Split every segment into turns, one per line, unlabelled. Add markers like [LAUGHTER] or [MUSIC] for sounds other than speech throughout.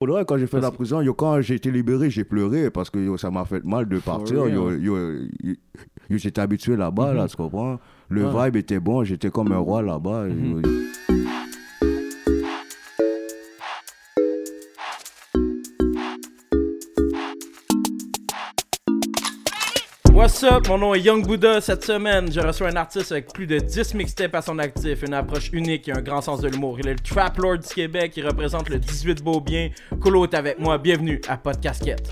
Pour le vrai, quand j'ai fait la prison, yo, quand j'ai été libéré, j'ai pleuré parce que yo, ça m'a fait mal de partir. Yo, yo, yo- yo, j'étais habitué là-bas, là, tu comprends Le
Mm-hmm. Ouais.
vibe était bon, j'étais comme un roi là-bas.
Mhm.
Yo,
What's up, mon nom est Young Buddha. Cette semaine, je reçois un artiste avec plus de 10 mixtapes à son actif, une approche unique et un grand sens de l'humour. Il est le Trap Lord du Québec, il représente le 18 beau bien. Colo est avec moi, bienvenue à Pas de Casquette.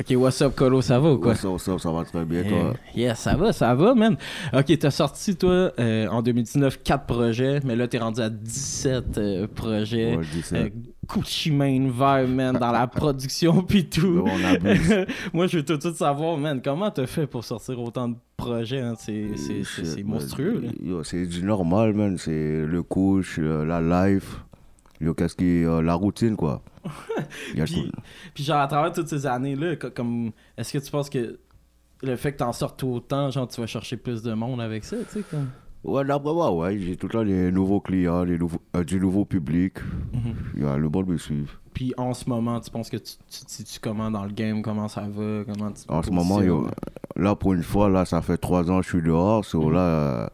Ok, what's up, Colo, ça va ou quoi?
ça, ça, ça va très bien,
Yeah.
toi.
Yeah, ça va, ça va, man. Ok, t'as sorti, toi, euh, en 2019, 4 projets, mais là, t'es rendu à 17 euh, projets.
Ouais, je dis ça.
Euh, Gucci Mane vibe, man, dans la production, [LAUGHS] pis tout.
Là, on abuse.
Moi, je veux tout de suite savoir, man, comment t'as fait pour sortir autant de projets? hein? [LAUGHS] C'est- C'est c'est- c'est
Shit,
monstrueux, là.
man. Yo, c'est du normal, man. C'est le coach, euh, la life. Yo, qu'est-ce qui. euh, la routine,
[LAUGHS]
quoi. Y a
Puis,
tout.
puis genre, à travers toutes ces années-là, co- comme, est-ce que tu penses que le fait que t'en sortes autant, genre, tu vas chercher plus de monde avec ça, tu sais, comme...
Ouais, d'après moi, ouais. J'ai tout le temps des nouveaux clients, des nouveaux- euh, du nouveau public.
Mhm.
Yo, le monde me suit.
Puis en ce moment, tu penses que tu, tu, tu, tu comment dans le game, comment ça va, comment tu te
En ce moment, yo,
positionnes?
là, pour une fois, là, ça fait trois ans que je suis dehors. so, là, euh,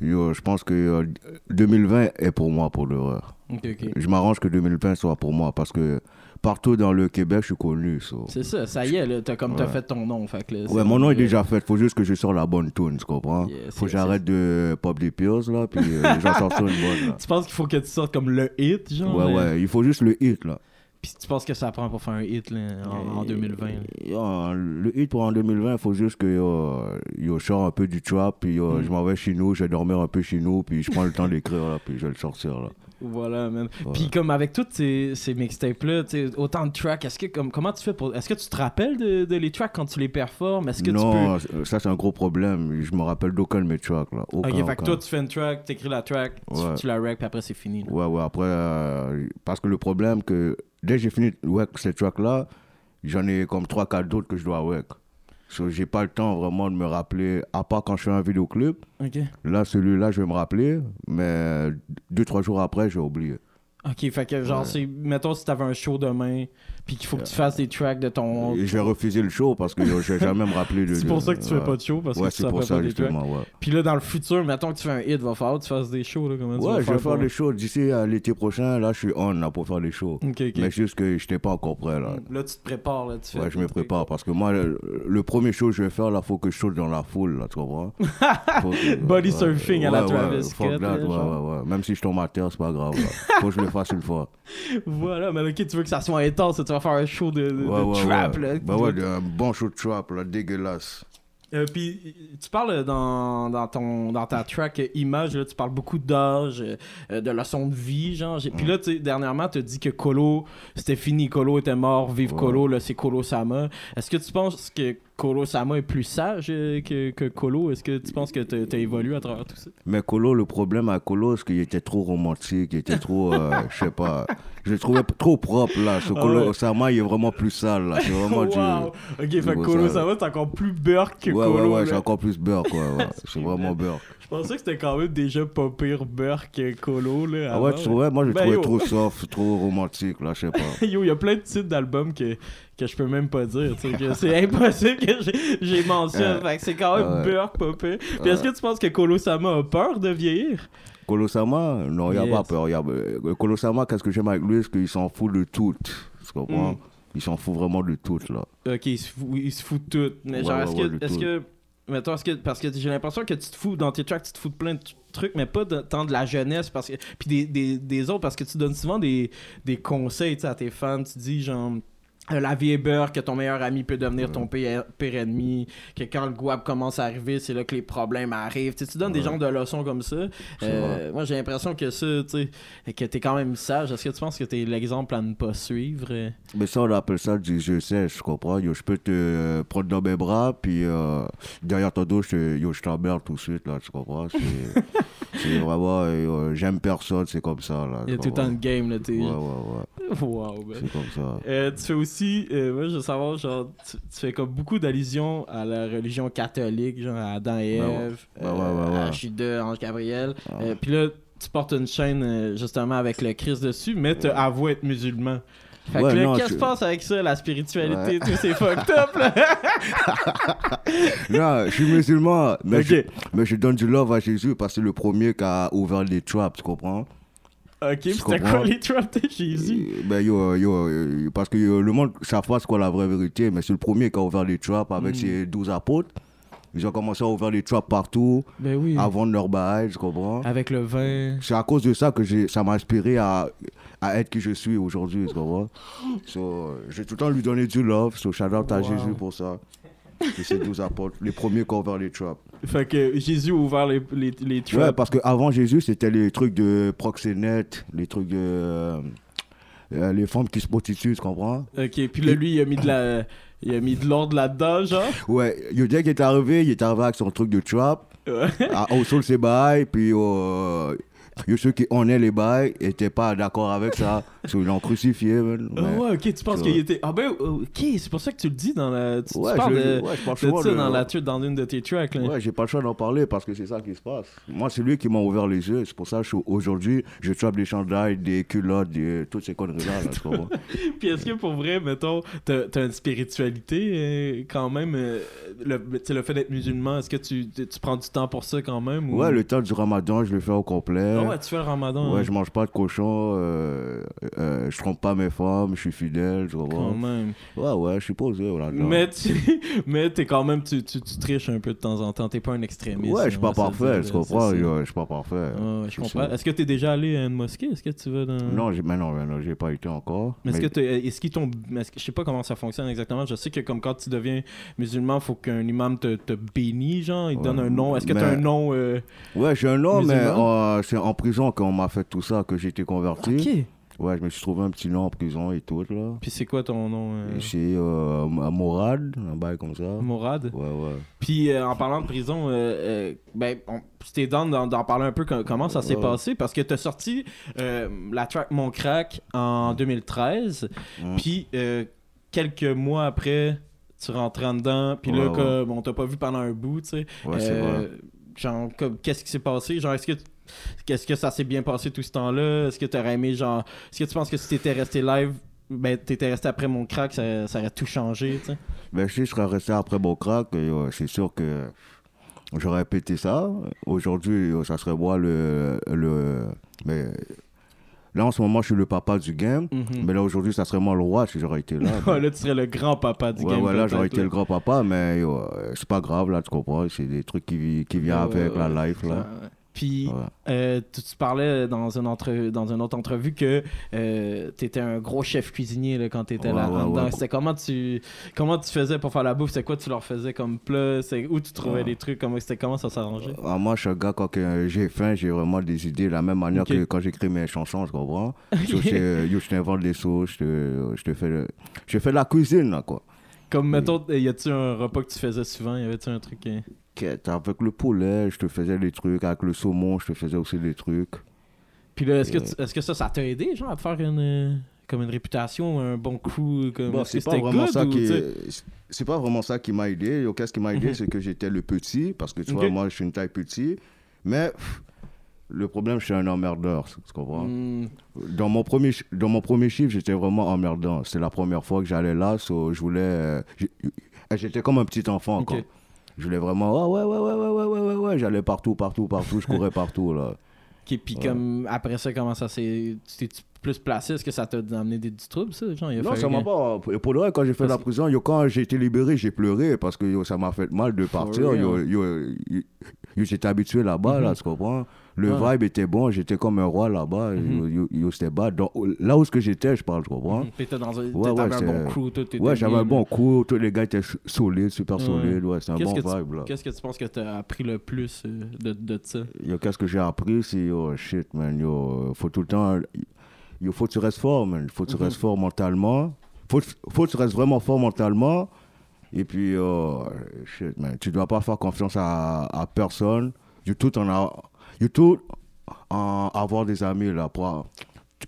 yo, je pense que euh, 2020 est pour moi, pour l'heure.
Ok, ok.
Je m'arrange que 2020 soit pour moi parce que partout dans le Québec, je suis connu. so.
C'est ça, ça y est, là, t'as comme t'as fait ton nom, fait que là,
Ouais,
c'est-
mon nom est déjà fait. Faut juste que je sorte la bonne tune, tu comprends?
Yes,
Faut que
yes,
j'arrête de pop des pills, là, puis euh, les gens sortent sur une
[LAUGHS]
bonne, là.
Tu penses qu'il faut que tu sortes comme le hit, genre?
Ouais,
là?
ouais, il faut juste le hit, là.
Puis tu penses que ça prend pour faire un hit, là, en, en 2020? là?
Yo, oh, le hit pour en 2020, il faut juste que yo, yo, je sors un peu du trap, puis yo,
Mm.
je m'en vais chez nous, je vais dormir un peu chez nous, puis je prends le temps d'écrire, là, puis je vais le sortir. Là.
Voilà, man. Puis comme avec toutes ces, ces mixtapes-là, tu sais, autant de tracks, est-ce que, comme, comment tu fais pour... Est-ce que tu te rappelles de, de les tracks quand tu les performes? Est-ce que tu peux...
non,
Ah,
euh, ça c'est un gros problème. Je me rappelle d'aucun de mes tracks. Là. Aucun,
Ok, fait que
aucun.
toi, tu fais une track, t'écris la track, tu-
Ouais.
tu, la rec, puis après, c'est fini. là.
Ouais, ouais, après, euh, parce que le problème, que dès que j'ai fini ouais, ces tracks-là, j'en ai comme 3-4 d'autres que je dois ouais. So, j'ai pas le temps vraiment de me rappeler, à part quand je fais un vidéoclip.
Ok.
Là, celui-là, je vais me rappeler, mais 2-3 jours après, j'ai oublié.
Ok, fait que genre, c'est, mettons si t'avais un show demain, puis qu'il faut
Euh,
que tu fasses des tracks de ton.
Et J'ai refusé le show parce que je vais jamais me rappeler de.
[LAUGHS] C'est pour ça que tu fais pas de show, parce
Ouais,
que tu
c'est
savais
pour
pas
ça,
des tracks.
justement. Ouais,
Puis là, dans le futur, mettons que tu fais un hit, va falloir que tu fasses des shows, là, comment tu
ouais
vas
je vais
pour-
faire des shows. D'ici à l'été prochain, là, je suis on là, pour faire des shows.
Ok, ok.
Mais c'est juste que je n'étais pas encore prêt, là.
Là, tu te prépares, là, tu fais.
Ouais, je
tes
me
trucs.
prépare parce que moi, le, le premier show que je vais faire, là, faut que je saute dans la foule, là, tu
[LAUGHS]
comprends? Faut que-
Body surfing à la Travis
fuck
Scott,
that,
là,
ouais,
genre.
ouais, ouais. Même si je tombe à terre, c'est pas
[LAUGHS]
grave. là. Faut que je le fasse une fois.
Voilà, mais ok, tu veux que ça soit intense, tu vas faire un show de, de- de
Ouais, ouais,
trap,
ouais.
là.
Bah ouais, de- un bon show de trap, là, dégueulasse.
Euh, puis tu parles euh, dans, dans ton dans ta track euh, image là, tu parles beaucoup d'âge, euh, euh, de leçons de vie, genre. J'ai- Puis là, tu sais, dernièrement, tu dis que Colo, c'était fini, Colo était mort, vive
Ouais.
Colo, là, c'est Colo Sama. Est-ce que tu penses que Colo Sama est plus sage euh, que, que Colo Est-ce que tu penses que t'as t'as évolué à travers tout ça
Mais Colo, le problème à Colo, c'est qu'il était trop romantique, il était trop, euh, [LAUGHS] je sais pas, je le trouvais p- trop propre là. Ce Colo
Ah ouais.
Osama, il est vraiment plus sale là. C'est vraiment du.
Wow Ok, fait que
beau
Colo
sale.
Sama, c'est encore plus burk que
Ouais, ouais,
Colo.
ouais,
là.
j'ai encore plus beurre quoi. ouais. C'est vraiment beurre.
Je pensais que c'était quand même déjà pas pire burk que Colo. Là,
Ah ouais,
avant,
tu
là.
trouvais Moi, je le
Ben,
trouvais
yo.
trop soft, trop romantique là, je sais
[LAUGHS]
pas.
Yo, il y a plein de titres d'albums que, que je peux même pas dire. tu sais, que
[LAUGHS]
C'est impossible que j'ai- j'ai mentionné. Fait que c'est quand même
Ouais.
beurre, papa. Puis est-ce que tu penses que Kolo Sama a peur de vieillir?
Colo Sama, non, il a
Yes.
pas peur. y a- euh, Colo Sama, qu'est-ce que j'aime avec lui, c'est qu'il s'en fout de tout. Tu comprends
Mm.
Il s'en fout vraiment de tout là.
Ok, il se fout, il se fout de tout. Mais
Ouais,
genre,
ouais,
est-ce
ouais,
que.
de
Est-ce
tout.
que mettons, est-ce que. Parce que j'ai l'impression que tu te fous dans tes tracks, tu te fous de plein de t- trucs, mais pas de- tant de la jeunesse. Parce que, puis des, des, des autres, parce que tu donnes souvent des, des conseils tu sais, à tes fans. Tu dis genre. euh, La vie est beurre, que ton meilleur ami peut devenir ton pire, pire ennemi, que quand le guap commence à arriver, c'est là que les problèmes arrivent. Tu sais, tu donnes des
Ouais.
genres de leçons comme ça.
C'est
Euh, moi, j'ai l'impression que ça, tu sais, que t'es quand même sage. Est-ce que tu penses que t'es l'exemple à ne pas suivre? euh?
Mais ça, on appelle ça du je sais, je comprends. Yo, je peux te euh, prendre dans mes bras, puis euh, derrière ton dos, je, te- yo, je t'emmerde tout de suite, là, tu comprends?
[LAUGHS]
C'est c'est vraiment, euh, yo, j'aime personne, c'est comme ça, là.
Il y a
tu
tout le temps
comprends?
de game, là, t'es-
Ouais, ouais, ouais.
[LAUGHS] Wow, man.
C'est comme ça.
Euh, tu fais aussi, euh, moi je veux savoir, genre, tu, tu fais comme beaucoup d'allusions à la religion catholique, genre à Adam et
Ben ouais.
Ève,
Ben
euh,
ouais, ouais, ouais.
à Judas, Ange Gabriel.
Ah.
Euh, Puis là, tu portes une chaîne euh, justement avec le Christ dessus, mais tu avoué être musulman. Fait
Ouais,
que là,
non,
qu'est-ce qui
je-
se passe avec ça, la spiritualité, tout c'est fucked up
[LAUGHS]
là?
Non, je suis musulman, mais,
Ok.
je, mais je donne du love à Jésus parce que c'est le premier qui a ouvert les trappes, tu comprends
Ok, pis c'était
comprends.
quoi les trappes de Jésus?
Euh, Ben yo, yo, euh, parce que euh, le monde savent pas c'est quoi la vraie vérité, mais c'est le premier qui a ouvert les trappes avec
Hmm.
ses 12 apôtres. Ils ont commencé à ouvrir les trappes partout,
Ben oui, Ah
à vendre leurs bails, tu comprends
avec le vin.
C'est à cause de ça que j'ai- ça m'a inspiré à, à être qui je suis aujourd'hui, tu comprends so, J'ai tout le temps lui donné du love, so shout out à
Wow.
Jésus pour ça. C'est ses 12 apôtres, les premiers qui ont ouvert les trappes.
Fait que Jésus a ouvert les, les, les
Ouais,
trappes.
parce qu'avant Jésus, c'était les trucs de proxénète, les trucs de. euh, euh, les femmes qui se prostituent, tu comprends
Ok, puis là, lui, il a mis de la. Il a mis de l'ordre là-dedans, genre.
Ouais, Yodek est arrivé, il est arrivé avec son truc de trap,
Ouais.
à- Ah, au sol ses bails, puis euh, yo, ceux qui en est les bails n'étaient pas d'accord avec ça. so, ils l'ont crucifié. man.
Ah
Mais-
ouais, ok, tu penses
Ouais.
qu'il était. Ah ben, euh, ok, c'est pour ça que tu le dis dans la. Tu, tu
Ouais,
parles
je-
de,
ouais, je parle
de
souvent
ça
de-
dans, la, tu- dans une de tes tracks, là.
Ouais, j'ai pas le choix d'en parler parce que c'est ça qui se passe. Moi, c'est lui qui m'a ouvert les yeux. C'est pour ça que je suis- aujourd'hui, je chope des chandails, des culottes, des- toutes ces conneries-là.
[LAUGHS]
là, tu comprends
Puis est-ce que pour vrai, mettons, t'as t'as une spiritualité euh, quand même euh, le, tu sais, le fait d'être musulman, est-ce que tu, tu prends du temps pour ça quand même ou...
ouais, le temps du ramadan, je le fais au complet.
Ah ouais, tu fais le ramadan.
Ouais,
hein,
je mange pas de cochon, euh, euh, je trompe pas mes femmes, je suis fidèle, tu
Quand
comprends.
même.
Ouais, ouais, je suis posé au lendemain.
Mais tu [LAUGHS] mais t'es quand même tu, tu, tu triches un peu de temps en temps, t'es pas un extrémiste.
ouais, je
hein,
suis
on
pas
va se le
parfait,
dire,
tu
là,
comprends,
c'est ça.
yo, je suis pas parfait.
Ouais, ouais, je
C'est
comprends.
ça.
Est-ce que t'es déjà allé à une mosquée Est-ce que tu vas dans.
Non, j'ai- mais non, mais non, j'ai pas été encore.
Mais est-ce
mais-
que t'es- est-ce qu'ils t'ont mais est-ce que- je sais pas comment ça fonctionne exactement je sais que comme quand tu deviens musulman faut qu'un imam te, te bénit genre il te
Ouais,
donne un nom est-ce que t'as
mais-
un nom euh,
Ouais, j'ai un homme, mais
Musulman
euh, c'est en prison qu'on m'a fait tout ça, que j'étais converti.
ok
Ouais, je me suis trouvé un petit nom en prison et tout, là.
puis c'est quoi ton nom euh,
Et C'est euh, M- Morad, un bail comme ça.
Mourad
Ouais, ouais.
puis euh, en parlant de prison euh, euh, ben on- c'était dans d'en d'en parler un peu com- comment ça s'est
Ouais.
passé parce que t'as sorti euh, la track mon crack en 2013
Mm.
puis euh, quelques mois après tu rentres en dedans puis là
Ouais, ouais.
comme on t'a pas vu pendant un bout tu sais
Ouais, c'est
Euh,
vrai.
Genre, comme, qu'est-ce qui s'est passé? Genre, est-ce que, est-ce que ça s'est bien passé tout ce temps-là? Est-ce que t'aurais aimé, genre, est-ce que tu penses que si t'étais resté live, ben, t'étais resté après mon crack, ça, ça aurait tout changé, tu sais?
Mais si Ben, je serais resté après mon crack, et, euh, c'est sûr que j'aurais pété ça. Aujourd'hui, euh, ça serait moi le, le. Mais là, en ce moment, je suis le papa du game. Mais là, aujourd'hui, ça serait moi le roi si j'aurais été
[LAUGHS]
là.
Ah, là, tu serais Mm. le grand-papa du
Ben, Ouais,
game.
ouais, là,
peut-être,
j'aurais été
là.
le grand-papa, mais yo, euh, c'est pas grave, là, tu comprends. C'est des trucs qui, vi- qui viennent
Ouais, ouais,
avec
ouais,
la life, là.
Ouais. Puis,
Ouais.
euh, tu, tu parlais dans une, entre, dans une autre entrevue que euh, t'étais un gros chef cuisinier là, quand t'étais
Ouais,
là
ouais,
en dedans.
ouais.
C'était comment tu, comment tu faisais pour faire la bouffe? C'est quoi tu leur faisais comme plat? C'est où tu trouvais
Ouais.
les trucs? Comment, c'était, comment ça s'arrangeait?
Ah, moi, je suis un gars, quand que j'ai faim, j'ai vraiment des idées de la même manière
Ok.
que quand j'écris mes chansons, tu
[LAUGHS]
comprends. So, c'est, euh, yo, je t'invente des sauces, je te, je te fais, le- je fais de la cuisine, là, quoi.
Comme, mettons, eh, y a-tu un repas que tu faisais souvent? Y avait-tu un truc? hein?
Qu'est- Avec le poulet, je te faisais des trucs. Avec le saumon, je te faisais aussi des trucs.
Puis là, est-ce que,
Euh.
tu- est-ce que ça, ça t'a aidé, genre, à te faire une, euh, comme une réputation, un bon coup?
Bon,
Comme, est-ce que
Bah, c'est pas
c'était
vraiment
good
ça
ou,
qui Mhm.
tu sais-
c'est pas vraiment ça qui m'a aidé. Yo, Qu'est-ce qui m'a aidé, c'est que j'étais le petit, parce que tu vois,
Ok.
moi, je suis une taille petit. Mais pff, le problème, je suis un emmerdeur, tu comprends.
Hmm.
Dans mon premier, chi- dans mon premier chiffre, j'étais vraiment emmerdant. C'est la première fois que j'allais là, so, je voulais, euh, j'ai- j'étais comme un petit enfant
Ok.
encore. Je voulais vraiment, Ah, ouais, ouais, ouais, ouais, ouais, ouais, ouais, ouais. J'allais partout, partout, partout. Je courais [LAUGHS] partout là.
Ok, puis comme après ça, comment ça s'est. Tu t'es plus placé? Est-ce que ça t'a amené des, du trouble, ça? Genre, il a
Non,
fallu
ça m'a
que-
pas. Pour le vrai, quand j'ai fait
Parce
la
que-
prison, yo, quand j'ai été libéré, j'ai pleuré parce que yo, ça m'a fait mal de partir.
real. Mm-hmm.
Yo, yo, yo, yo, j'étais habitué là-bas, là, tu comprends? Le
Ouais. Mm-hmm.
vibe était bon, j'étais comme un roi là-bas. Yo, yo, yo, c'était bad. Donc, là où ce que j'étais, je parle, tu comprends?
[LAUGHS] T'étais dans un,
Ouais,
t'avais
ouais,
un bon
c'est-
crew, tout. t'étais
Ouais, j'avais
Mm-hmm. bien,
un bon cours, tous les gars étaient s- solides, super
Ouais.
solides. Ouais, c'est un
Qu'est-ce
bon
que tu-
vibe, là.
là. Qu'est-ce que tu penses que t'as appris le plus euh, de, de ça?
Yo, Qu'est-ce que j'ai appris, c'est yo, shit, man, yo, faut tout le temps. Yo, faut que tu restes fort, man. Faut
Mm-hmm.
que tu restes fort mentalement. Faut, faut que tu restes vraiment fort mentalement. Et puis, yo, shit, man, tu dois pas faire confiance à, à personne. Du tout, en a, du tout, en avoir des amis, là, pour,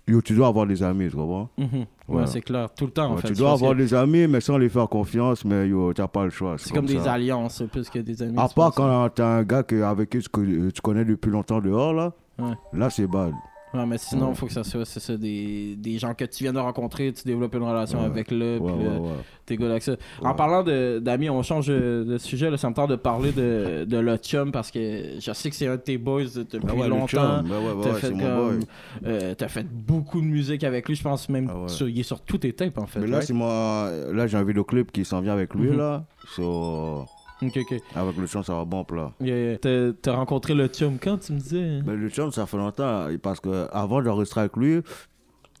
yo, tu dois avoir des amis, tu comprends?
Mhm. Ouais,
Mm-hmm. Ouais.
c'est clair. Tout le temps, en
Ouais,
fait.
tu
c'est
dois
parce que
avoir des amis, mais sans les faire confiance, mais yo, t'as pas le choix.
C'est comme, des
ça.
alliances, plus que des amis.
À
tu
part
vois,
quand t'as un gars que, avec qui tu co- tu connais depuis longtemps dehors, là,
Ouais.
là c'est bad.
ça. Ouais, mais sinon,
Ouais.
faut que ça soit c'est ça, des, des gens que tu viens de rencontrer, tu développes une relation
Ouais.
avec là,
Ouais,
puis euh,
ouais,
là,
ouais.
t'es good avec ça. En parlant de- d'amis, on change euh, de sujet, là, ça me tente de parler de, de le chum, parce que je sais que c'est un de tes boys de- depuis
Ah ouais, le
longtemps.
chum, ben ouais, ouais,
T'as
ouais,
fait
c'est mon
comme-
boy.
Euh, t'as fait beaucoup de musique avec lui, je pense même
Ah ouais.
sur- il est sur tous tes tapes en fait.
Mais là,
right?
c'est moi. Là, j'ai un vidéoclip qui s'en vient avec lui,
Mhm.
là. So,
Ok, ok.
avec le chum, ça va bon, plat.
Yeah, yeah. T'as- T'as rencontré le chum quand tu
[LAUGHS]
me disais
Mais le chum, ça fait longtemps. Parce que avant d'enregistrer avec lui,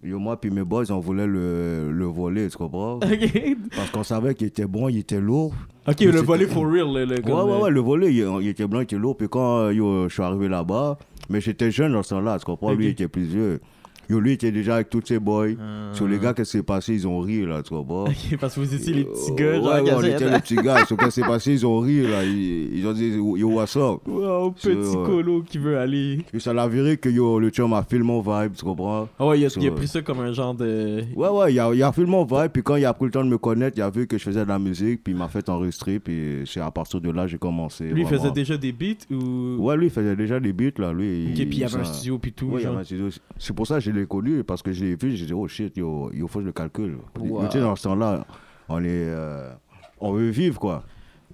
yo, moi, puis mes boys, on voulait le, le voler, tu
[LAUGHS]
comprends?
Ok,
Parce qu'on savait qu'il était bon, il était lourd.
ok,
Mais
le
c'était-
volet for real, le, euh, le
Ouais,
gars,
ouais,
le-
ouais, le volet, il, il était blanc, il était lourd. Puis quand euh, yo, je suis arrivé là-bas, mais j'étais jeune dans ce temps-là, tu comprends? Lui,
Ok.
il était plus vieux. Yo, lui, il était déjà avec tous ses boys.
Ah.
Sur les gars, qu'est-ce qui s'est passé? Ils ont ri, là, tu comprends?
[LAUGHS] Ok, parce que vous étiez les petits gars,
Ouais,
genre, hein.
ouais,
qui
on
essayaient
était
de-
les petits gars. Ce qui s'est passé, ils ont ri, là. Ils, ils ont dit, yo, what's up?
Wow, petit
ouais.
colo qui veut aller.
Et ça l'a viré que yo, le chum a filmé mon vibe, tu comprends?
Ah ouais, il a,
Ça,
il a
ouais.
pris ça comme un genre de.
Ouais, ouais, il a, il a filmé mon vibe. Puis quand il a pris le temps de me connaître, il a vu que je faisais de la musique. Puis il m'a fait enregistrer. Puis c'est à partir de là, j'ai commencé.
Lui, il
vraiment.
faisait déjà des beats ou.
Ouais, lui, il faisait déjà des beats, là. Lui,
Ok, puis il y avait un
ça-
studio, puis tout.
Ouais, il y
genre.
avait un studio. C'est pour ça que je l'ai connu, parce que je l'ai vu, j'ai dit, oh shit, yo, il faut que je le calcule.
Wow.
Tu sais, dans ce temps-là, on est. euh, on veut vivre, quoi.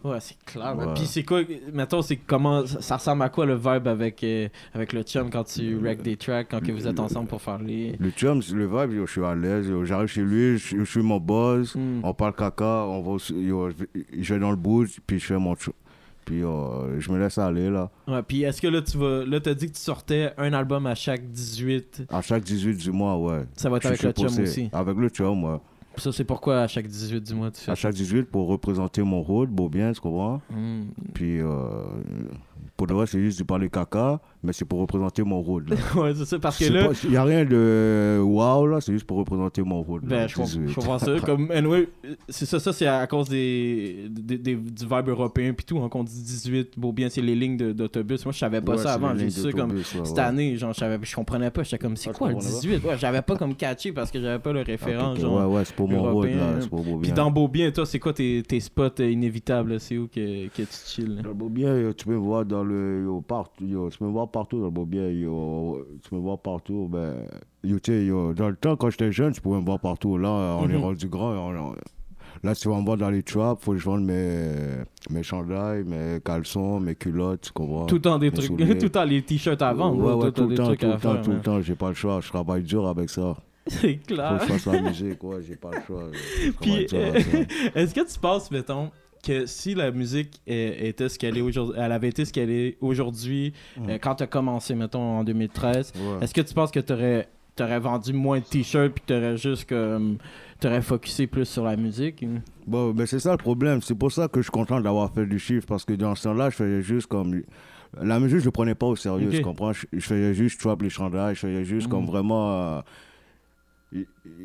Ouais, c'est clair. man.
Ouais.
Puis c'est quoi, mettons, c'est comment, ça ressemble à quoi le vibe avec, euh, avec le chum quand tu
Euh,
wreck des tracks, quand que vous êtes ensemble pour faire les.
Le chum, le vibe, yo, oh, je suis à l'aise. yo, J'arrive chez lui, je, je suis mon boss.
Hmm.
On parle caca, on va, au- yo, je vais- je vais dans le bout, puis je fais mon cho- Puis yo, je me laisse aller là.
Hmm. Ouais, puis est-ce que là, tu vas. Là, t'as dit que tu sortais un album à chaque 18.
À chaque 18 du mois, ouais.
Ça va être
Je
avec
suis
le chum
supposé-
aussi.
Avec le chum, ouais.
Ça, c'est pourquoi à chaque 18 du mois, tu fais
À
ça.
chaque 18 pour représenter mon rôle, beau bien, tu comprends.
Hmm. [LAUGHS]
Puis euh, pour le reste, c'est juste de parler caca, mais c'est pour représenter mon rôle. là.
ouais, c'est ça, parce que
C'est
là.
pas- Il n'y a rien de wow là, c'est juste pour représenter mon rôle. là,
Ben, je, com-
18.
je
[LAUGHS]
comprends ça. Comme, anyway, euh, c'est ça, ça c'est à cause des, des, des- du vibe européen puis tout. Hein, qu'on dit 18, beau bien, c'est les lignes de- d'autobus. Moi, je savais pas
Ouais, c'est
ça avant.
les
J'ai
lignes
su ça comme
d'autobus, ouais,
cette
ouais.
année. Genre, je, savais, je comprenais pas. J'étais comme, c'est
Ah, tu
quoi le
comprenais pas?
18 ouais, J'avais pas comme catché parce que j'avais pas le
Ah,
référent.
putain,
genre.
ouais, ouais, c'est pour mon rôle
européen,
là, c'est pour beau
Puis
bien.
dans beau bien, toi, c'est quoi tes, tes spots euh, inévitables là? C'est où que, que tu chill là?
Dans le Beaubien, yo, tu peux me voir dans le. Yo, partout, yo, tu peux me voir partout dans le Beaubien. Yo, tu peux me voir partout. Ben, yo, tu sais, yo, dans le temps, quand j'étais jeune, tu pouvais me voir partout. Là, on est
Mhm.
rendu grand. on- on- là, tu vas me voir dans les traps. Faut que je vende mes, mes chandails, mes caleçons, mes culottes. Tu comprends?
Tout le temps des
mes
trucs, [LAUGHS] tout
souliers.
le temps les t-shirts à vendre.
Ouais,
bro,
ouais,
toi, t'as
tout le
des
temps,
trucs
tout
à
le temps,
faire,
tout le
man.
temps. J'ai pas le choix. Je travaille dur avec ça.
[LAUGHS] C'est
Faut
clair.
que je fasse la musique. Ouais, j'ai pas le choix.
[LAUGHS]
je
Ah. Puis, euh,
travaille dur avec ça.
Est-ce que tu penses, mettons, que si la musique euh, était ce qu'elle est aujourd'hui, elle avait été ce qu'elle est aujourd'hui, euh, quand tu as commencé, mettons, en 2013,
Ouais.
est-ce que tu penses que tu aurais, vendu moins de t-shirts puis tu aurais juste comme. Tu aurais focusé plus sur la musique hein?
Bon, mais c'est ça le problème. C'est pour ça que je suis content d'avoir fait du chiffre parce que dans ce temps-là, je faisais juste comme. La musique, je ne prenais pas au sérieux,
Ok. Mhm.
tu comprends? Je, je faisais juste trap les chandails, je faisais juste comme vraiment. euh,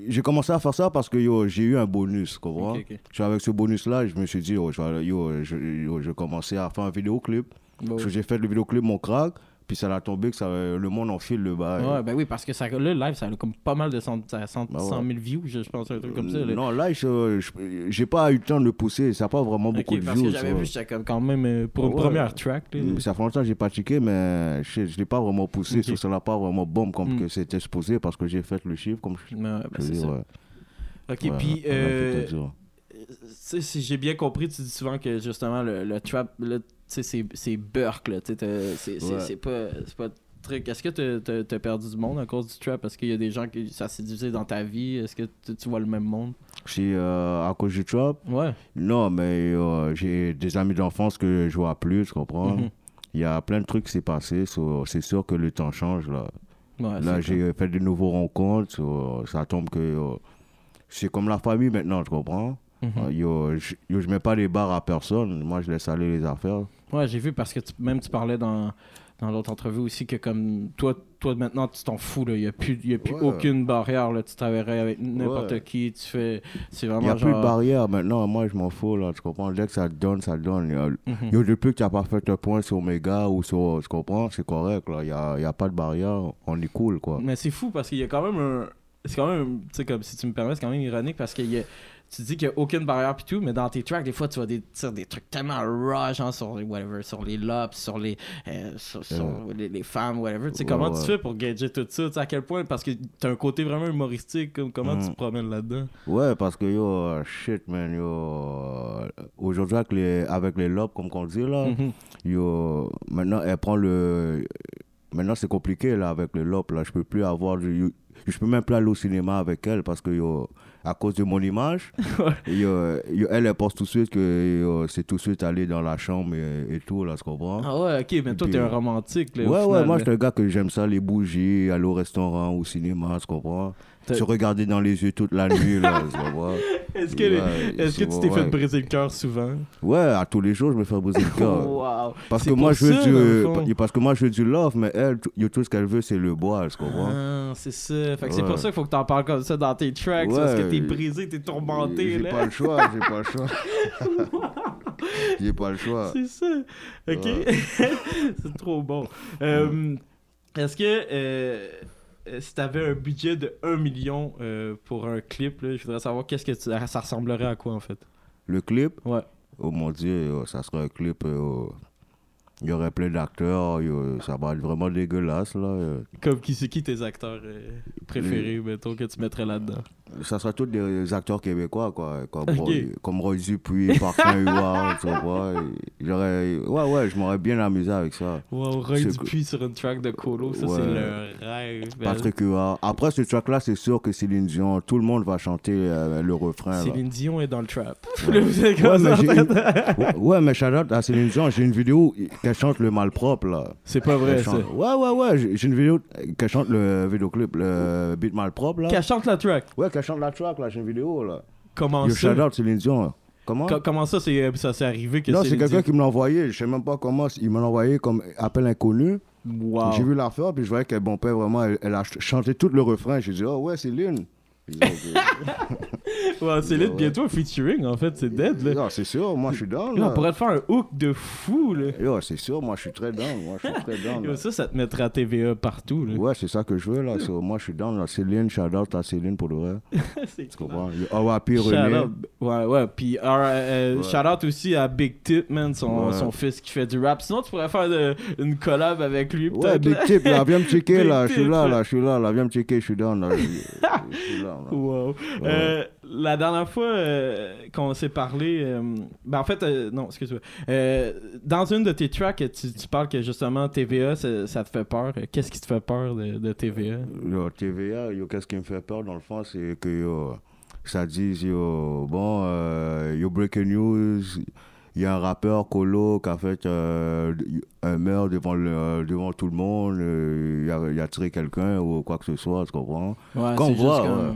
J'ai commencé à faire ça parce que yo, j'ai eu un bonus, tu comprends?
Ok, ok.
Puis Avec ce bonus-là, je me suis dit, yo, je, vais- yo, je, yo, je commençais à faire un vidéoclip.
Bon.
Parce que J'ai fait le vidéoclip, mon crack, puis ça a tombé que ça, le monde en file le bail.
Ouais, ben oui, parce que ça, le live, ça a comme pas mal de cent, ça a cent-
Bah ouais.
100 000 views, je, je pense, un truc comme ça. là.
Euh, non, là, je- je- j'ai pas eu le temps de le pousser, ça n'a pas vraiment
Ok,
beaucoup de
parce
views.
que j'avais
ouais.
vu, j'étais comme quand même euh, pour une
Ouais.
première track. là.
Mm, Ça fait longtemps que j'ai pratiqué, mais je je l'ai pas vraiment poussé.
Ok.
sauf que Ça n'a pas vraiment bombe comme
Mm.
que c'était supposé parce que j'ai fait le chiffre comme je
Ouais, ben
je
c'est
dis,
ça.
ouais.
Ok,
Ouais,
puis.
ouais,
euh,
faut te dire.
Tu sais, si j'ai bien compris, tu dis souvent que justement le, le trap, là, tu sais, c'est, c'est Burke, là, tu sais, t'as- c'est, c'est,
Ouais.
c'est pas, c'est pas le truc. Est-ce que t'as, t'as- t'as perdu du monde à cause du trap? Est-ce qu'il y a des gens que ça s'est divisé dans ta vie? Est-ce que tu, tu vois le même monde?
Si, euh, à cause du trap,
Ouais.
non, mais euh, j'ai des amis d'enfance que je vois plus, tu comprends
Mhm.
Il y a plein de trucs qui s'est passé, so, c'est sûr que le temps change là.
Ouais,
là,
Ah, c'est
j'ai fait de nouveaux rencontres, so, ça tombe que euh, c'est comme la famille maintenant, tu comprends
cool. Mhm.
Euh, yo, je- yo,
Mhm.
je mets pas les barres à personne, moi je laisse aller les affaires.
Ouais, j'ai vu parce que tu- même tu parlais dans, dans l'autre entrevue aussi que comme toi, toi maintenant tu t'en fous là, il y a plus, il y a plus
Ouais.
aucune barrière là, tu travaillerais avec n'importe
Ouais.
qui, tu fais, c'est
Il n'y a
vraiment
plus de
genre.
barrière maintenant. Moi, je m'en fous, là. Tu comprends? Dès que ça donne, ça donne. Y a-
Mhm.
Yo, depuis que tu n'as pas fait le point sur Mega ou sur. Tu comprends? C'est correct, là. Il n'y a, y a pas de barrière. On est cool, quoi.
Mais c'est fou parce qu'il y a quand même un. C'est quand même, tu sais, comme si tu me permets, c'est quand même ironique parce que y a- tu dis qu'il n'y a aucune barrière pis tout, mais dans tes tracks, des fois, tu vois des, tu sais, des trucs tellement raw, genre sur les, whatever, sur les lobes, sur les, euh, sur, sur les, les femmes, whatever. Tu sais,
Ouais,
comment tu
ouais.
fais pour gager tout ça? Tu sais, à quel point? Parce que t'as un côté vraiment humoristique, comme, comment tu
Mm.
te promènes là-dedans?
Ouais, parce que yo, shit, man. Yo. Aujourd'hui, avec les, avec les lobes, comme qu'on dit, là.
Mhm.
Yo, maintenant, elle prend le. Maintenant, c'est compliqué là avec le LOP. Là. Je peux plus avoir. du- Je peux même plus aller au cinéma avec elle parce que yo, à cause de mon image,
[LAUGHS]
yo, yo, elle, elle pense tout de suite que yo, c'est tout de suite aller dans la chambre et, et tout, là, tu comprends?
Ah ouais, ok, mais toi,
Puis,
t'es un
euh,
romantique. Là,
ouais,
au
ouais,
final,
moi,
là.
je suis un gars que j'aime ça, les bougies, aller au restaurant, au cinéma, tu comprends?
T'as-
Se regarder dans les yeux toute la nuit, là, tu comprends?
[LAUGHS] Est-ce que,
Ouais,
est-ce que
c'est
tu
bon,
t'es fait
ouais.
briser le cœur souvent?
Ouais, à tous les jours, je me fais briser
[LAUGHS]
le cœur.
Wow.
Parce
C'est
que, moi,
pour
je veux
ça, dans le fond.
du, parce que moi, je veux du love, mais elle, tout- yo, tout ce qu'elle veut, c'est le bois, tu comprends?
Ah, c'est ça. Fait que c'est
Ouais.
pour ça qu'il faut que t'en parles comme ça dans tes tracks.
Ouais.
Parce que t'es brisé, t'es tourmenté.
J'ai
[LAUGHS] là.
pas le choix, j'ai pas le choix.
[LAUGHS]
j'ai pas le choix.
C'est ça. Ok.
Ouais.
[LAUGHS] c'est trop bon. Euh, Est-ce que euh, euh, si t'avais un budget de 1 million euh, pour un clip, là, je voudrais savoir qu'est-ce que tu- ça ressemblerait à quoi en fait
Le clip,
Ouais.
oh mon dieu, oh, ça serait un clip. euh, oh, Il y aurait plein d'acteurs, yo, ça va être vraiment dégueulasse là. euh.
Comme qui c'est qui tes acteurs euh, préférés, mettons, que tu mettrais là-dedans
Ça serait tous des acteurs québécois quoi, comme,
Ok.
Roy, comme Roy Dupuis, Parfum Huard, tu vois. J'aurais, ouais ouais, je m'aurais bien amusé avec ça.
Wow, Roy
C'est
Dupuis sur une track de Colo, ça
Ouais.
c'est le rêve. man.
Patrick Huard. Après ce track là, c'est sûr que Céline Dion, tout le monde va chanter euh, le refrain. là.
Céline Dion est dans [LAUGHS] le trap.
Ouais.
Vous êtes comme
Ouais,
ça,
mais
en
j'ai
fait.
une- Ouais, ouais, mais shout out à Céline Dion, j'ai une vidéo qu'elle chante le malpropre là.
C'est pas vrai
Elle
ça.
chante- Ouais, ouais, ouais, j'ai j'ai une vidéo qu'elle chante le vidéoclip, le beat malpropre là.
Qu'elle chante la track.
Ouais, qu'elle chante la track là, j'ai une vidéo là.
Comment
Yo,
ça
shout out Céline Dion. Comment
Co- Comment ça c'est ça s'est arrivé que
Non,
c'est
c'est quelqu'un qui me l'a envoyé, je sais même pas comment, il me l'a envoyé comme appel inconnu.
Wow. [LAUGHS]
J'ai vu l'affaire, puis je voyais qu'elle bon père vraiment, elle, elle a ch- chanté tout le refrain. J'ai dit, oh ouais,
[LAUGHS]
Céline. Puis ils ont dit,
Wow, c'est
Ouais,
lit,
ouais.
bientôt un featuring en fait, c'est dead là.
Non, Ah, c'est sûr, moi je suis down.
Là,
Là.
on pourrait te faire un hook de fou là.
Yo, Ben c'est sûr, moi je suis très down. Moi je suis très down.
Yo,
là.
ça, ça te mettra à TVA partout là.
Ouais, c'est ça que je veux là. So, moi, je suis dans la Céline, shout out à Céline pour le vrai.
[LAUGHS] c'est
Tu comprends? Oh, happy
Shout
René.
out. Ouais, ouais. Puis, all right, euh,
Ouais.
shout out aussi à Big Tip, man, son,
Ouais.
son fils qui fait du rap. Sinon, tu pourrais faire de- une collab avec lui,
Ouais,
peut-être.
big
là.
tip là, viens me checker
Big
là, je suis
tip,
là,
ouais.
là, je suis là, là, viens me checker, je suis down là. Je je suis là, là.
Wow. Euh, la dernière fois euh, qu'on s'est parlé, euh, ben en fait, euh, non, excuse-moi. Euh, dans une de tes tracks, tu, tu parles que justement TVA, ça, ça te fait peur. Qu'est-ce qui te fait peur de, de TVA?
Yo, TVA, yo, qu'est-ce qui me fait peur dans le fond, c'est que yo, ça dit, yo, bon, euh, yo, breaking news, il y a un rappeur colo qui a fait euh, un meurtre devant, le, devant tout le monde, euh, il a, il a tiré quelqu'un ou quoi que ce soit, tu comprends?
Ouais,
Qu'on c'est juste voit, comme- euh,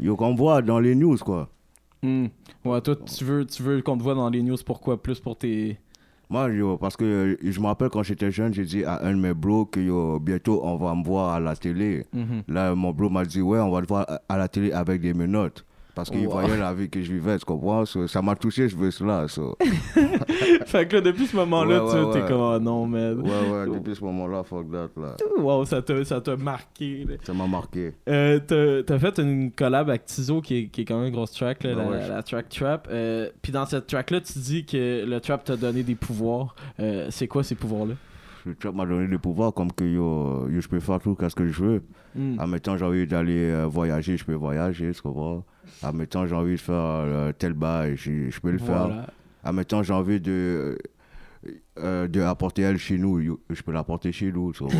Yo, qu'on voit dans les news quoi.
Hmm. Ouais, toi, tu veux, tu veux qu'on te voit dans les news, pourquoi plus pour tes.
Moi, yo, parce que euh, je me rappelle quand j'étais jeune, j'ai dit à un de mes bros que yo, bientôt on va me voir à la télé.
Mhm.
Là, mon bro m'a dit, ouais, on va te voir à- à la télé avec des menottes. Parce qu'il
Wow.
voyait la vie que je vivais, tu comprends? So, ça m'a touché, je veux cela.
[LAUGHS]
so.
[LAUGHS] fait que là, depuis ce moment-là,
Ouais,
tu
ouais,
t'es
ouais.
comme, oh non, man.
Ouais, ouais, depuis ce moment-là, fuck that, là.
Wow, ça t'a ça t'a marqué. là.
Ça m'a marqué.
Euh, t'as- T'as fait une collab avec Tizo qui est, qui est quand même une grosse track, là,
Ah
la,
ouais.
la track Trap. Euh, Puis dans cette track-là, tu dis que le Trap t'a donné des pouvoirs. Euh, c'est quoi ces pouvoirs-là
Le trap m'a donné le pouvoir, comme que yo, yo, je peux faire tout qu'est-ce que je veux.
Hmm.
En même temps, j'ai envie d'aller euh, voyager, je peux voyager, tu comprends? En même temps, j'ai envie de faire euh, tel bail, je je peux le faire.
Voilà.
En même temps, j'ai envie de, euh, de apporter elle chez nous. Yo, Je peux l'apporter chez nous, tu vois.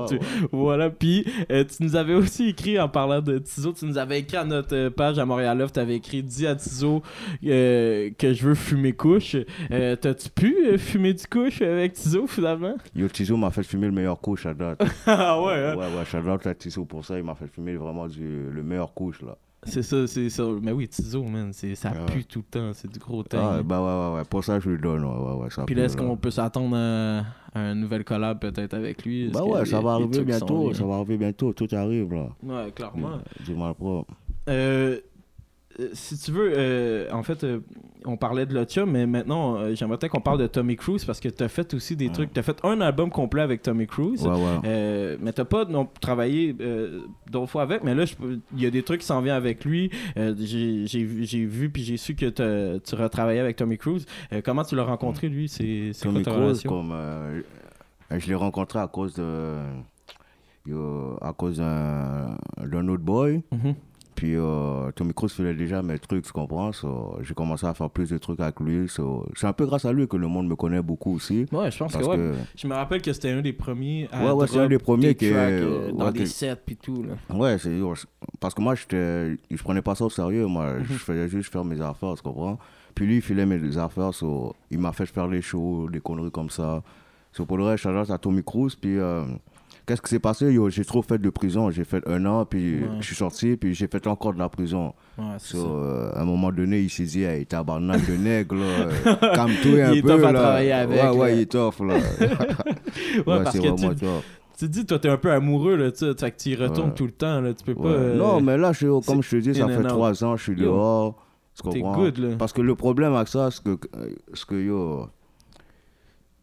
[LAUGHS] Ouais, tu- Voilà. Puis euh, tu nous avais aussi écrit en parlant de Tizo, tu nous avais écrit à notre euh, page à Montréal Love, t'avais écrit dis à Tizo euh, que je veux fumer couche. Euh, T'as-tu pu euh, fumer du couche avec Tizo finalement
Yo, Tizo m'a fait fumer le meilleur couche à date.
[LAUGHS] Ah ouais. hein?
ouais, ouais, shout out à Tizo pour ça. Il m'a fait fumer vraiment du, le meilleur couche, là.
C'est ça, c'est ça. Mais oui, Tizo, man, c'est- ça
Ah.
pue tout le temps, c'est du gros temps.
Ah, bah ouais, ouais, ouais. Pour ça, je lui donne. Ouais, ouais, ouais, ça
Puis
peut, Bah
là, est-ce qu'on peut s'attendre à, à un nouvel collab peut-être avec lui Est-ce
Bah
qu'il y a
ouais,
des-
ça va
des
arriver
trucs qui sont
bientôt.
liés?
Ça va arriver bientôt. Tout arrive, là.
Ouais, clairement.
Du mal propre.
Euh, euh, si tu veux, euh, en fait, euh, on parlait de Lotium, mais maintenant, euh, j'aimerais peut-être qu'on parle de Tommy Cruise parce que t'as fait aussi des trucs. T'as fait un album complet avec Tommy Cruise.
Ouais, ouais.
Euh, mais t'as pas non, travaillé euh, d'autres fois avec, mais là, je peux- il y a des trucs qui s'en viennent avec lui. Euh, j'ai j'ai vu, j'ai vu puis j'ai su que t'as- tu retravaillais avec Tommy Cruise. Euh, comment tu l'as rencontré, lui C'est c'est quoi
Tommy
ta
Cruise,
relation
comme. euh, je l'ai rencontré à cause de. yo, à cause d'un d'un autre boy.
Mhm.
Puis euh, Tommy Cruise faisait déjà mes trucs, tu comprends. so, j'ai commencé à faire plus de trucs avec lui. so, c'est un peu grâce à lui que le monde me connaît beaucoup aussi.
Ouais, je pense que,
Parce
ouais.
que.
Je me rappelle que c'était un des premiers. à
Ouais, ouais, c'est
Ah, drop
un des premiers
des
qui est-
tracks, euh, dans
ouais,
des
qui-
sets puis tout là.
Ouais, c'est yo, je- parce que moi, j'étais- je prenais pas ça au sérieux.
Mhm.
Moi, je faisais juste faire mes affaires, tu comprends. Puis lui, il filait mes affaires. so, il m'a fait faire les shows, des conneries comme ça. So, pour le reste, shout out à Tommy Cruise. Puis euh, qu'est-ce qui s'est passé yo, J'ai trop fait de prison. J'ai fait un an, puis
Ouais.
je suis sorti, puis j'ai fait encore de la prison.
Ouais, c'est
So,
ça.
euh, à un moment donné, il s'est dit, hey, tabarnak de nègre,
[LAUGHS]
là, calme-toi un
Il est
peu.
tough à
là.
travailler avec,
Ouais,
là.
ouais, il est tough, là.
[LAUGHS] Ouais, parce
c'est
que
vraiment
tu-
tough.
Tu dis, toi, t'es un peu amoureux, là, tu sais, fait que tu y retournes
Ouais.
tout le temps, là, tu peux pas.
Ouais.
euh,
non, mais là, je,
c'est
comme je te dis, ça
in and
fait
out.
trois ans, je suis
Yo.
dehors. Tu
T'es
comprends?
good, là.
Parce que le problème avec ça, c'est que, ce que yo,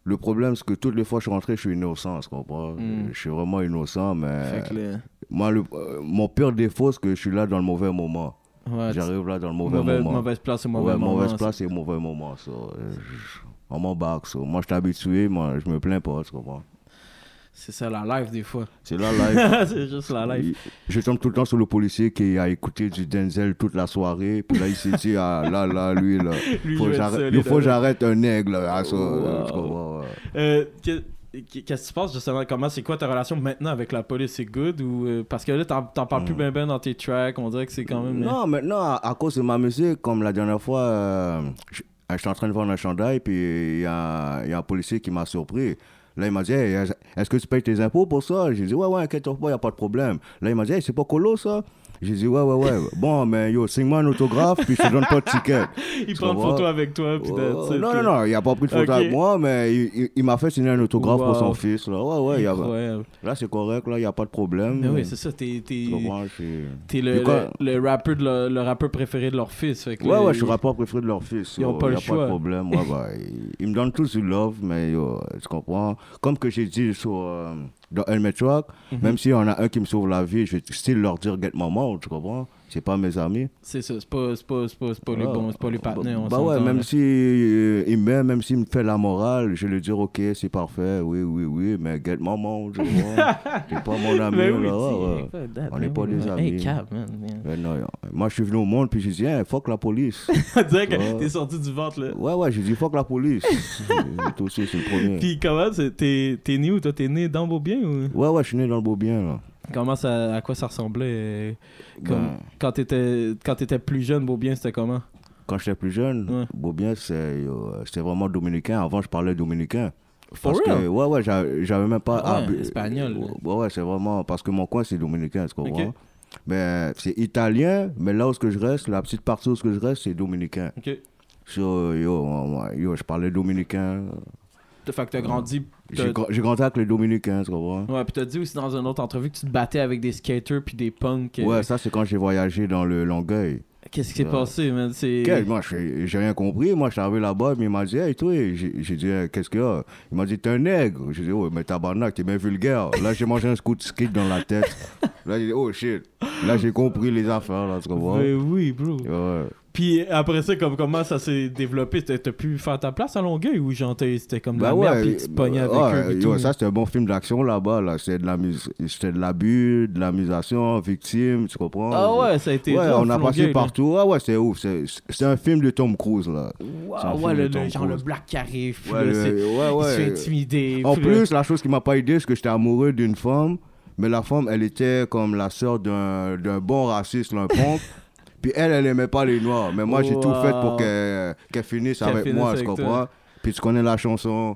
le problème, c'est que toutes les fois que je suis rentré, je suis innocent, tu comprends?
Mm.
Je suis vraiment innocent, mais
Fait que là,
moi, le- euh, mon pire défaut, c'est que je suis là dans le mauvais moment.
ouais, Ah, tu-
J'arrive là dans le mauvais
mauvaise,
moment.
mauvaise place au mauvais
Ouais,
moment.
mauvaise
ça.
place et mauvais moment. ça. Euh, je- On m'embarque. ça. Moi, je suis habitué, moi, je me plains pas. Tu comprends?
C'est ça, la live, des fois.
C'est la life.
[LAUGHS] c'est juste la live.
Il- Je tombe tout le temps sur le policier qui a écouté du Denzel toute la soirée. Puis là, il s'est dit, ah là, là, lui, là.
Lui, je
Faut
vais être
j'arrête-
solide,
il faut que
là.
j'arrête un aigle. là, ça,
Oh, Wow.
tu comprends, ouais.
Euh, que- que- Qu'est-ce qui se passe justement? Comment c'est quoi ta relation maintenant avec la police? C'est good ou euh, parce que là t'en t'en parles plus ben ben dans tes tracks? On dirait que c'est quand même.
Mm.
euh, [LAUGHS]
Non, maintenant, à, à cause de ma musique, comme la dernière fois, euh, je je suis en train de vendre un chandail, puis il y a, il y a un policier qui m'a surpris. Là, il m'a dit, Hey, est-ce que tu payes tes impôts pour ça J'ai dit, ouais, ouais, inquiète-toi pas, il n'y a pas de problème. Là, il m'a dit, Hey, c'est pas colo ça J'ai dit, ouais, ouais, ouais. bon, mais yo, signe-moi un autographe, puis je te donne pas de ticket.
il
tu
prend une
comprends?
photo avec toi. Puis de-
Oh,
tu sais,
non, non,
puis-
non, il n'a pas pris de photo
Ok.
avec moi, mais il, il- il m'a fait signer un autographe pour
Wow.
son fils. Là, ouais, ouais, il y a-
Incroyable.
là c'est correct, là, il n'y a pas de problème.
Mais oui, c'est ça. T'es t'es-
Tu comprends, je suis-
t'es le,
Mais quoi?
le, le rappeur de leur- le rappeur préféré de leur fils. fait que
Ouais,
là,
ouais, je suis
il-
rapport préféré de leur fils.
Ils ont
yo,
pas
y
le
a pas
choix.
de problème. Ouais, bah, ils, ils me donnent tous du love, mais yo, tu comprends. Comme que j'ai dit sur, euh, dans Helmet Rock,
Mhm.
même s'il y en a un qui me sauve la vie, je vais still leur dire get my mouth, tu comprends. C'est pas mes amis.
C'est ça, c'est pas, c'est pas, c'est pas, c'est pas les
Ah,
bons, c'est pas les partenaires. on
Bah, bah ouais,
s'entend,
même
là.
si euh, il m'aime, même s'il me fait la morale, je vais lui dire ok, c'est parfait, oui, oui, oui, mais get my mouth, tu
[LAUGHS]
comprends. T'es pas mon ami,
Mais
là,
oui,
ouais, ouais.
tu- fuck that,
On
mais
est pas
oui,
des
mais-
amis.
Hey, cap, man, man.
Mais non, yo. moi je suis venu au monde puis j'ai dit hey, fuck la police.
[LAUGHS] On dirait que
Ouais.
t'es sorti du ventre, là.
Ouais, ouais, j'ai dit fuck la police.
[LAUGHS]
Toi aussi, c'est le premier.
Puis comment, c'est- t'es t'es né où Toi, t'es né dans Beaubien ou
Ouais, ouais, je suis né dans le beau bien, là.
Comment ça, à quoi ça ressemblait euh, comme,
Ben,
quand t'étais quand t'étais plus jeune, Beaubien, c'était comment
quand j'étais plus jeune,
Ouais.
Beaubien, c'est, euh, c'était vraiment dominicain. Avant, je parlais dominicain.
For
Parce
real?
que, ouais, ouais, j'a- j'avais même pas.
Ah ouais,
habi-
espagnol.
Ouais, ouais, c'est vraiment. Parce que mon coin, c'est dominicain, tu comprends?
Ok.
Mais c'est italien, mais là où ce que je reste, la petite partie où ce que je reste, c'est dominicain.
Ok.
So, yo, moi, yo, je parlais dominicain.
Fait que t'as grandi.
J'ai
t'as-
gra- j'ai grandi avec les dominicains, tu comprends?
Ouais, puis t'as dit aussi dans une autre entrevue que tu te battais avec des skaters puis des punks. euh,
Ouais, ça, c'est quand j'ai voyagé dans le Longueuil.
Qu'est-ce qui s'est
Ouais.
passé, man C'est.
Quel- moi, j'ai j'ai rien compris. Moi, je suis arrivé là-bas, mais il m'a dit, hey, toi, j'ai j'ai dit, Hey, qu'est-ce qu'il y a Il m'a dit, t'es un nègre. J'ai dit, oh, mais tabarnak, t'es bien vulgaire. Là, j'ai mangé un scoop de skate dans la tête. Là, j'ai dit, oh shit. Là, j'ai compris les affaires, là, tu comprends
Ben oui,
hein?
bro.
Ouais.
Puis après ça, comme, comment ça s'est développé? T'as t'as pu faire ta place à Longueuil ou genre t'es- c'était comme de la
Ben
merde
ouais,
puis tu te pognais avec
ouais,
eux et
yo,
tout?
ça c'était un bon film d'action là-bas là, c'était de la mus- c'était de l'abus, de l'amusation, victime, tu comprends
ah ouais, ça a été
Ouais,
rough,
on a
Longueuil,
passé
là.
partout. Ah ouais, c'est ouf, c'est c'est un film de Tom Cruise là. C'est un
Wow,
film
ouais,
de
le,
Tom
le- genre le
Cruise.
black qui arrive, puis
Ouais,
là,
le-
c'est-
ouais,
il se fait
ouais.
intimider.
En
puis là-
plus, la chose qui m'a pas aidé, c'est que j'étais amoureux d'une femme, mais la femme, elle était comme la sœur d'un d'un bon raciste, là, un
[LAUGHS]
punk. Puis elle, elle aimait pas les noirs. Mais moi, j'ai tout fait
Wow.
pour qu'elle qu'elle finisse
Qu'elle
avec
finisse
moi,
avec
tu
toi.
comprends? Puis tu connais la chanson.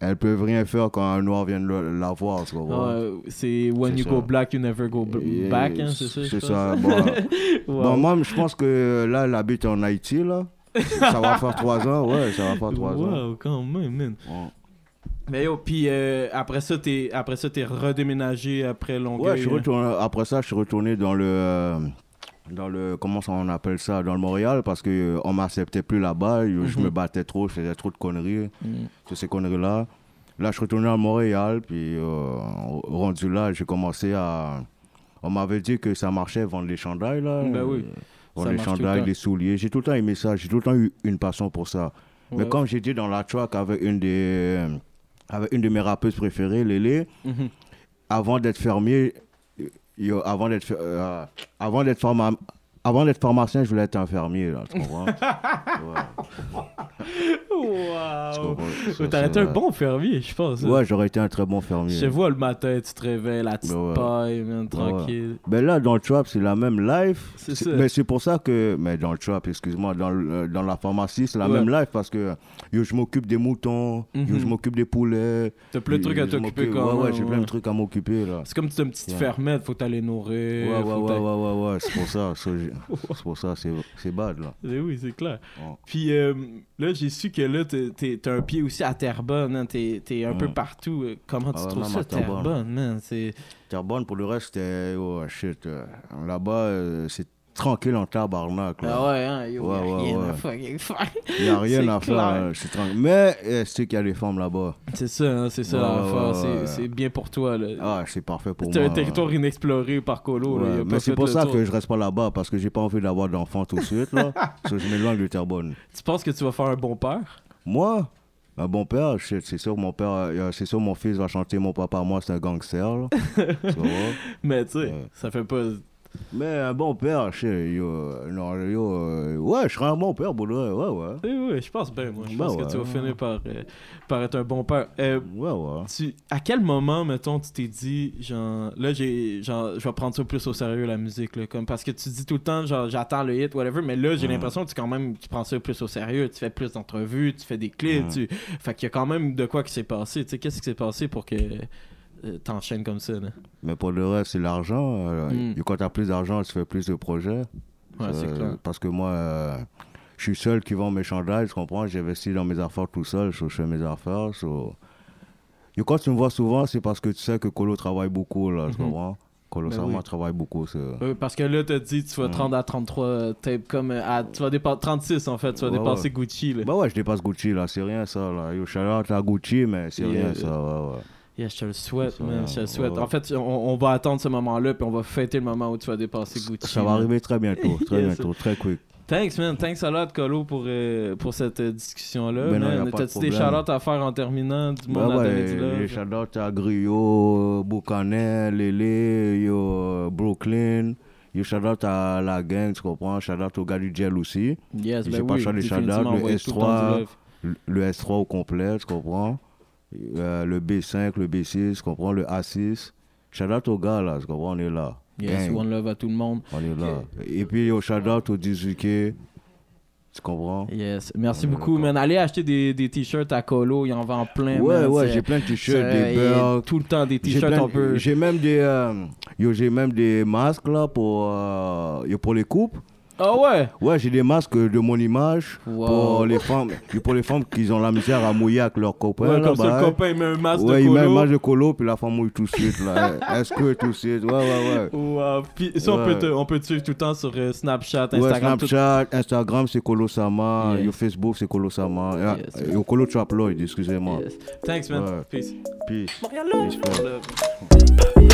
Elles peuvent rien faire quand un noir vient le- la voir, tu comprends?
Euh, c'est when
C'est
you
ça.
go black, you never go bl-
Et-
back, hein, c'est ça? je
C'est
pense.
ça. Bon,
[LAUGHS] Wow.
bon, moi, je pense que là, elle habite en Haïti, là. ça va faire trois ans, ouais, ça va faire trois ans.
Wow, quand même, man.
Ouais.
Mais yo, puis euh, après ça, t'es après ça, t'es redéménagé après Longueuil.
Ouais, je suis
hein.
retourné- après ça, je suis retourné dans le. euh, Dans le, comment ça on appelle ça, dans le Montréal, parce que euh, on m'acceptait plus là-bas, je je
Mhm.
me battais trop, je faisais trop de conneries,
Mm.
toutes ces conneries-là. Là, je suis retourné à Montréal, puis euh, rendu là, j'ai commencé à. On m'avait dit que ça marchait vendre les chandails, là.
Ben oui,
Vendre
ça
les
marche tout le
chandails,
temps.
les souliers. J'ai tout le temps aimé ça, j'ai tout le temps eu une passion pour ça. Mais
Ouais.
comme j'étais dans la track avec une des. Avec une de mes rappeuses préférées, Lélé,
Mhm.
avant d'être fermier, euh, yo, avant d'être fer- euh, avant d'être pharma- avant d'être pharmacien, je voulais être infirmier, là, tu
[LAUGHS]
comprends?
Ah
Ouais, tu
Wow.
comprends? Ça,
T'aurais été
ça,
un
ouais.
bon fermier, je pense. hein.
Ouais, j'aurais été un très bon fermier.
Je te vois le matin, tu te réveilles, la petite
Ben ouais.
paille, man,
Ouais, ouais.
tranquille.
Mais Ben là, dans le trap, c'est la même life.
C'est
C'est-
ça.
Mais c'est pour ça que. Mais dans le trap, excuse-moi, dans, le- euh, dans la pharmacie, c'est la
Ouais.
même life parce que yo, je m'occupe des moutons, yo,
Mhm.
je m'occupe des poulets.
T'as plein de
yo,
trucs à
je
t'occuper
m'occupe-
quand
Ouais, ouais,
même,
j'ai plein de trucs à m'occuper, là.
C'est comme si t'es une petite
Ouais.
fermette, faut t'aller
Ouais,
nourrir.
ouais,
faut
ouais, ouais,
t'aller-
ouais, ouais, c'est pour
[LAUGHS]
ça. ça, j'ai- C'est pour ça, c'est c'est bad, là.
Eh Oui, c'est clair.
Ouais.
Puis euh, là, j'ai su que là, t'es- t'es- t'as un pied aussi à Terrebonne, hein, t'es t'es un
Mm.
peu partout. Euh, Comment tu
Ah ouais,
trouves
même
ça,
à Terrebonne.
Terrebonne, man? C'est
Terrebonne, pour le reste, c'était. Oh shit. euh, Là-bas, euh, c'est tranquille en tabarnak.
Ah
là.
ouais, hein, yo,
Ouais,
y a
ouais,
rien à
ouais. [LAUGHS]
fucking faire.
Il n'y a rien
c'est
à faire.
clair.
hein, c'est tranquille. Mais euh, c'est qu'il y a des femmes là-bas.
C'est ça, hein, c'est ça,
Ouais,
la
ouais,
force,
ouais,
c'est-
ouais.
c'est bien pour toi, là.
Ah, c'est parfait pour
C'est
moi.
un territoire inexploré par Colo, là.
Ouais,
y a pas
mais c'est
fait
pour
le
ça
tour.
que je reste pas là-bas parce que j'ai pas envie d'avoir d'enfants tout de suite là. Parce que je m'éloigne de Terrebonne.
Tu penses que tu vas faire un bon père?
Moi, un bon père, shit, c'est sûr que mon père, euh, c'est sûr que mon fils va chanter mon papa moi c'est un gangster. là. Tu vois?
Mais tu sais,
Ouais.
ça fait pas.
Mais un bon père, shit, yo, non, yo, euh, ouais, je serai un bon père pour le vrai, ouais, ouais,
Eh oui, je pense bien, moi. Je
Ben
pense que
ouais.
tu vas finir par, euh, par être un bon père. Euh,
ouais, ouais.
tu, à quel moment, mettons, tu t'es dit, genre, là, j'ai, genre, je vais prendre ça plus au sérieux, la musique, là, comme, parce que tu dis tout le temps, genre, j'attends le hit, whatever, mais là, j'ai
Mm.
l'impression que tu, quand même, tu prends ça plus au sérieux, tu fais plus d'entrevues, tu fais des clips,
Mm.
tu... Fait qu'il y a quand même de quoi qui s'est passé, tu sais, qu'est-ce qui s'est passé pour que euh, t'enchaînes comme ça, là?
Mais pour le reste, c'est l'argent. euh,
Mm.
et Quand tu as plus d'argent, tu fais plus de projets.
Ouais, c'est
Euh,
clair.
Parce que moi, euh, je suis seul qui vend mes chandails, tu comprends J'investis dans mes affaires tout seul, so, je fais mes affaires. so. Et quand tu me vois souvent, c'est parce que tu sais que Colo travaille beaucoup, là, tu
Mhm.
comprends Colo
Ben
Sama
oui.
travaille beaucoup. c'est-
Oui, Euh, parce que là, t'as dit, tu vas
Mm.
30 à 33 tapes, comme, euh, à, tu vas dépasser, 36, en fait, tu vas
Ouais,
dépasser
ouais.
Gucci, là.
Bah ouais, je dépasse Gucci, là, c'est rien ça, là. Yo, shout out à Gucci, mais c'est
Et,
rien
euh,
ça, ouais, ouais.
Yeah, je te le souhaite,
Ça,
man.
ouais.
Je te le souhaite.
Ouais.
En fait, on, on va attendre ce moment-là, puis on va fêter le moment où tu vas dépasser Gucci.
Ça va
man.
arriver très bientôt, très
[LAUGHS] Yes.
bientôt, très quick.
Thanks, man. Thanks a lot, Colo, pour, euh, pour cette euh, discussion-là.
Ben non, y a pas de
man. T'as-tu des
problème.
shout-outs à faire en terminant du monde
Bah
à
ouais,
donner du love?
les shout à Griot, Boucanet, Lélé, yo, Brooklyn. Yo, shout à la gang, tu comprends? Shout out au gars du gel aussi.
Yes,
J'ai
ben
pas
oui,
shout-out, les shout-outs,
définitivement,
le
ouais, tout le temps
S3.
du love.
Le- Le S3 au complet, tu comprends? Euh, le B5, le B6, tu comprends? Le A6. Shout out aux gars là, tu comprends? On est là.
Yes,
Gang,
one love à tout le monde.
on est là. Et puis, yo, shout out au 18K. Tu comprends?
Yes. Merci
On est
beaucoup,
d'accord.
man. Allez acheter des, des t-shirts à Colo. Il en vend plein,
Ouais,
man.
ouais,
C'est-
j'ai plein de
c'est-
t-shirts, des
il y a
burks.
Tout le temps, des
J'ai
t-shirts,
plein-
on peut...
J'ai même des, euh, yo, j'ai même des masques là pour, euh, yo, pour les coupes.
Ah ouais!
Ouais, j'ai des masques de mon image
Wow.
pour les femmes, yo, pour les femmes qui ont la misère à mouiller avec leurs copains.
Ouais,
là,
comme ça,
bah,
le copain met un masque
ouais,
de
il met un
Colo.
masque de colo puis la femme mouille tout de suite
[LAUGHS]
là. Eh, Est-ce que tout de suite, ouais, ouais, ouais.
Wow. euh, Puis ça, on,
Ouais.
peut te, on peut te suivre tout le temps sur euh, Snapchat,
Ouais,
Instagram, tout.
Snapchat, Instagram, c'est Colosama.
Yes.
Yo, Facebook, c'est Colosama. Yo,
Yes.
Yo, Colo Traploid, excusez-moi.
Yes. Thanks, man.
Ouais.
Peace.
Peace.
Montréal
Peace, bro.
Love.